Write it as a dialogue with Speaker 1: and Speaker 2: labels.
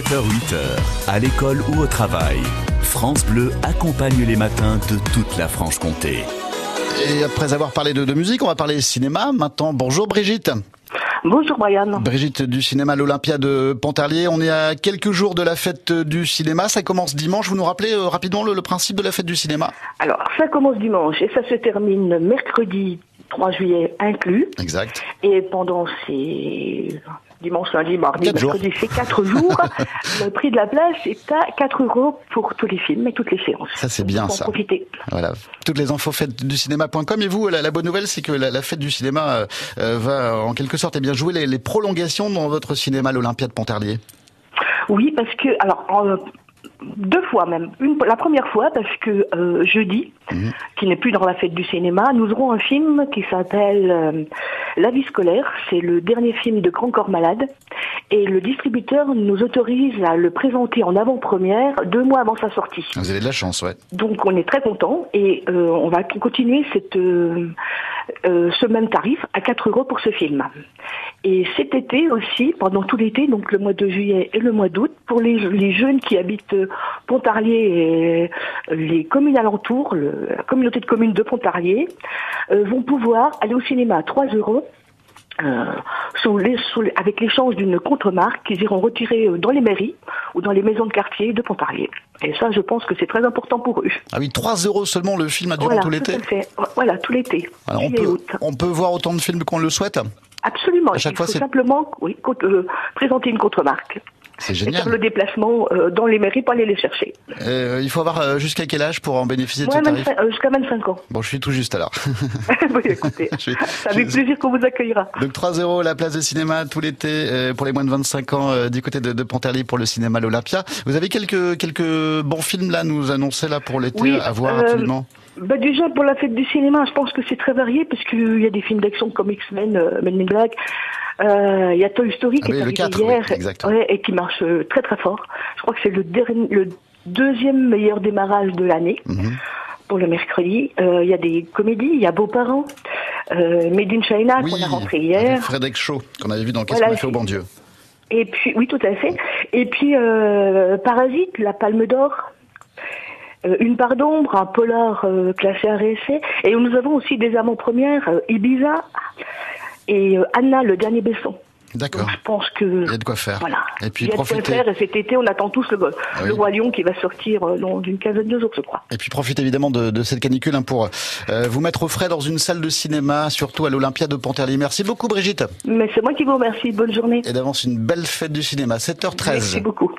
Speaker 1: 7h-8h, à l'école ou au travail, France Bleu accompagne les matins de toute la Franche-Comté.
Speaker 2: Et après avoir parlé de, de musique, on va parler cinéma maintenant. Bonjour Brigitte.
Speaker 3: Bonjour Brian.
Speaker 2: Brigitte du cinéma à l'Olympia de Pontarlier. On est à quelques jours de la fête du cinéma. Ça commence dimanche. Vous nous rappelez euh, rapidement le, le principe de la fête du cinéma
Speaker 3: Alors, ça commence dimanche et ça se termine mercredi 3 juillet inclus.
Speaker 2: Exact.
Speaker 3: Et pendant ces dimanche, lundi, mardi,
Speaker 2: Quatre jours.
Speaker 3: mercredi, ces quatre jours, le prix de la place est à 4 euros pour tous les films et toutes les séances.
Speaker 2: Ça, c'est bien,
Speaker 3: Faut en
Speaker 2: ça.
Speaker 3: profiter.
Speaker 2: Voilà. Toutes les infos fêtes du cinéma.com. Et vous, la, la bonne nouvelle, c'est que la, la fête du cinéma euh, euh, va euh, en quelque sorte eh bien jouer les, les prolongations dans votre cinéma à l'Olympia de Pontarlier.
Speaker 3: Oui, parce que, alors, en- deux fois même. Une, la première fois, parce que euh, jeudi, qui n'est plus dans la fête du cinéma, nous aurons un film qui s'appelle euh, La vie scolaire. C'est le dernier film de Grand Corps Malade. Et le distributeur nous autorise à le présenter en avant-première deux mois avant sa sortie.
Speaker 2: Vous avez de la chance, ouais.
Speaker 3: Donc on est très content et euh, on va continuer cette, euh, euh, ce même tarif à 4 euros pour ce film. Et cet été aussi, pendant tout l'été, donc le mois de juillet et le mois d'août, pour les, les jeunes qui habitent euh, Pontarlier et euh, les communes alentours, le- la communauté de communes de Pontarlier, euh, vont pouvoir aller au cinéma à 3 euros. euh, sous les- sous les- avec l'échange d'une contre-marque qu'ils iront retirer euh, dans les mairies ou dans les maisons de quartier de Pontarlier. Et ça, je pense que c'est très important pour eux.
Speaker 2: Ah oui, 3 euros seulement le film durant
Speaker 3: voilà,
Speaker 2: tout l'été.
Speaker 3: à fait. Voilà, tout l'été.
Speaker 2: Alors, on
Speaker 3: Juillet,
Speaker 2: peut,
Speaker 3: août.
Speaker 2: on peut voir autant de films qu'on le souhaite.
Speaker 3: Absolument.
Speaker 2: à chaque
Speaker 3: Il
Speaker 2: fois,
Speaker 3: faut
Speaker 2: c'est-
Speaker 3: simplement oui, contre- euh, présenter une contre-marque.
Speaker 2: C'est
Speaker 3: Et faire
Speaker 2: génial.
Speaker 3: le déplacement euh, dans les mairies pour aller les chercher.
Speaker 2: Euh, il faut avoir euh, jusqu'à quel âge pour en bénéficier de
Speaker 3: Moi,
Speaker 2: ce tarif
Speaker 3: 25 euh, jusqu'à 25 ans.
Speaker 2: Bon, je suis tout juste alors.
Speaker 3: oui, écoutez,
Speaker 2: Je-
Speaker 3: c'est avec
Speaker 2: je-
Speaker 3: plaisir qu'on vous accueillera.
Speaker 2: Donc 3 euros la place de cinéma tout l'été euh, pour les moins de 25 ans euh, du côté de, de Pontarlier pour le cinéma l'Olympia. Vous avez quelques quelques bons films là à nous annoncer là pour l'été
Speaker 3: Oui,
Speaker 2: à voir
Speaker 3: euh,
Speaker 2: absolument.
Speaker 3: Bah, déjà, pour la fête du cinéma, je pense que c'est très varié, parce qu'il y a des films d'action comme X-Men, euh, Men in Black. Euh, Il y a Toy Story
Speaker 2: Ah
Speaker 3: qui
Speaker 2: oui, le
Speaker 3: est arrivé
Speaker 2: 4,
Speaker 3: hier
Speaker 2: oui, exactement.
Speaker 3: ouais, et qui marche euh, très très fort. Je crois que c'est le, dernier- le deuxième meilleur démarrage de l'année.
Speaker 2: Mhm.
Speaker 3: pour le mercredi. Euh, Il y a des comédies, il y a Beaux-Parents, euh, Made in China qu'on a rentré
Speaker 2: avec
Speaker 3: hier.
Speaker 2: Frédéric Shaw qu'on avait vu dans Qu'est-ce
Speaker 3: Voilà,
Speaker 2: qu'on a fait au
Speaker 3: c'est-
Speaker 2: bon Dieu.
Speaker 3: Et puis, oui, tout à fait. Et puis, euh, Parasite, La Palme d'Or. euh, une part d'ombre, un polar euh, classé RSC. Et nous avons aussi des avant-premières, euh, Ibiza et euh, Anna, le dernier Besson. Donc
Speaker 2: D'accord.
Speaker 3: je pense que...
Speaker 2: Il y a de quoi faire.
Speaker 3: Voilà.
Speaker 2: Et puis
Speaker 3: Il y a de quoi
Speaker 2: profitez. Ah
Speaker 3: faire. Et cet été, on attend tous le,
Speaker 2: oui.
Speaker 3: le Roi Lion qui va sortir euh, dans une quinzaine de jours, je crois.
Speaker 2: Et puis profitez évidemment de, de cette canicule hein, pour euh, vous mettre au frais dans une salle de cinéma, surtout à l'Olympia de Pontarlier. Merci beaucoup Brigitte.
Speaker 3: Mais c'est moi qui vous remercie. Bonne journée.
Speaker 2: Et d'avance une belle fête du cinéma, 7h13.
Speaker 3: Merci beaucoup.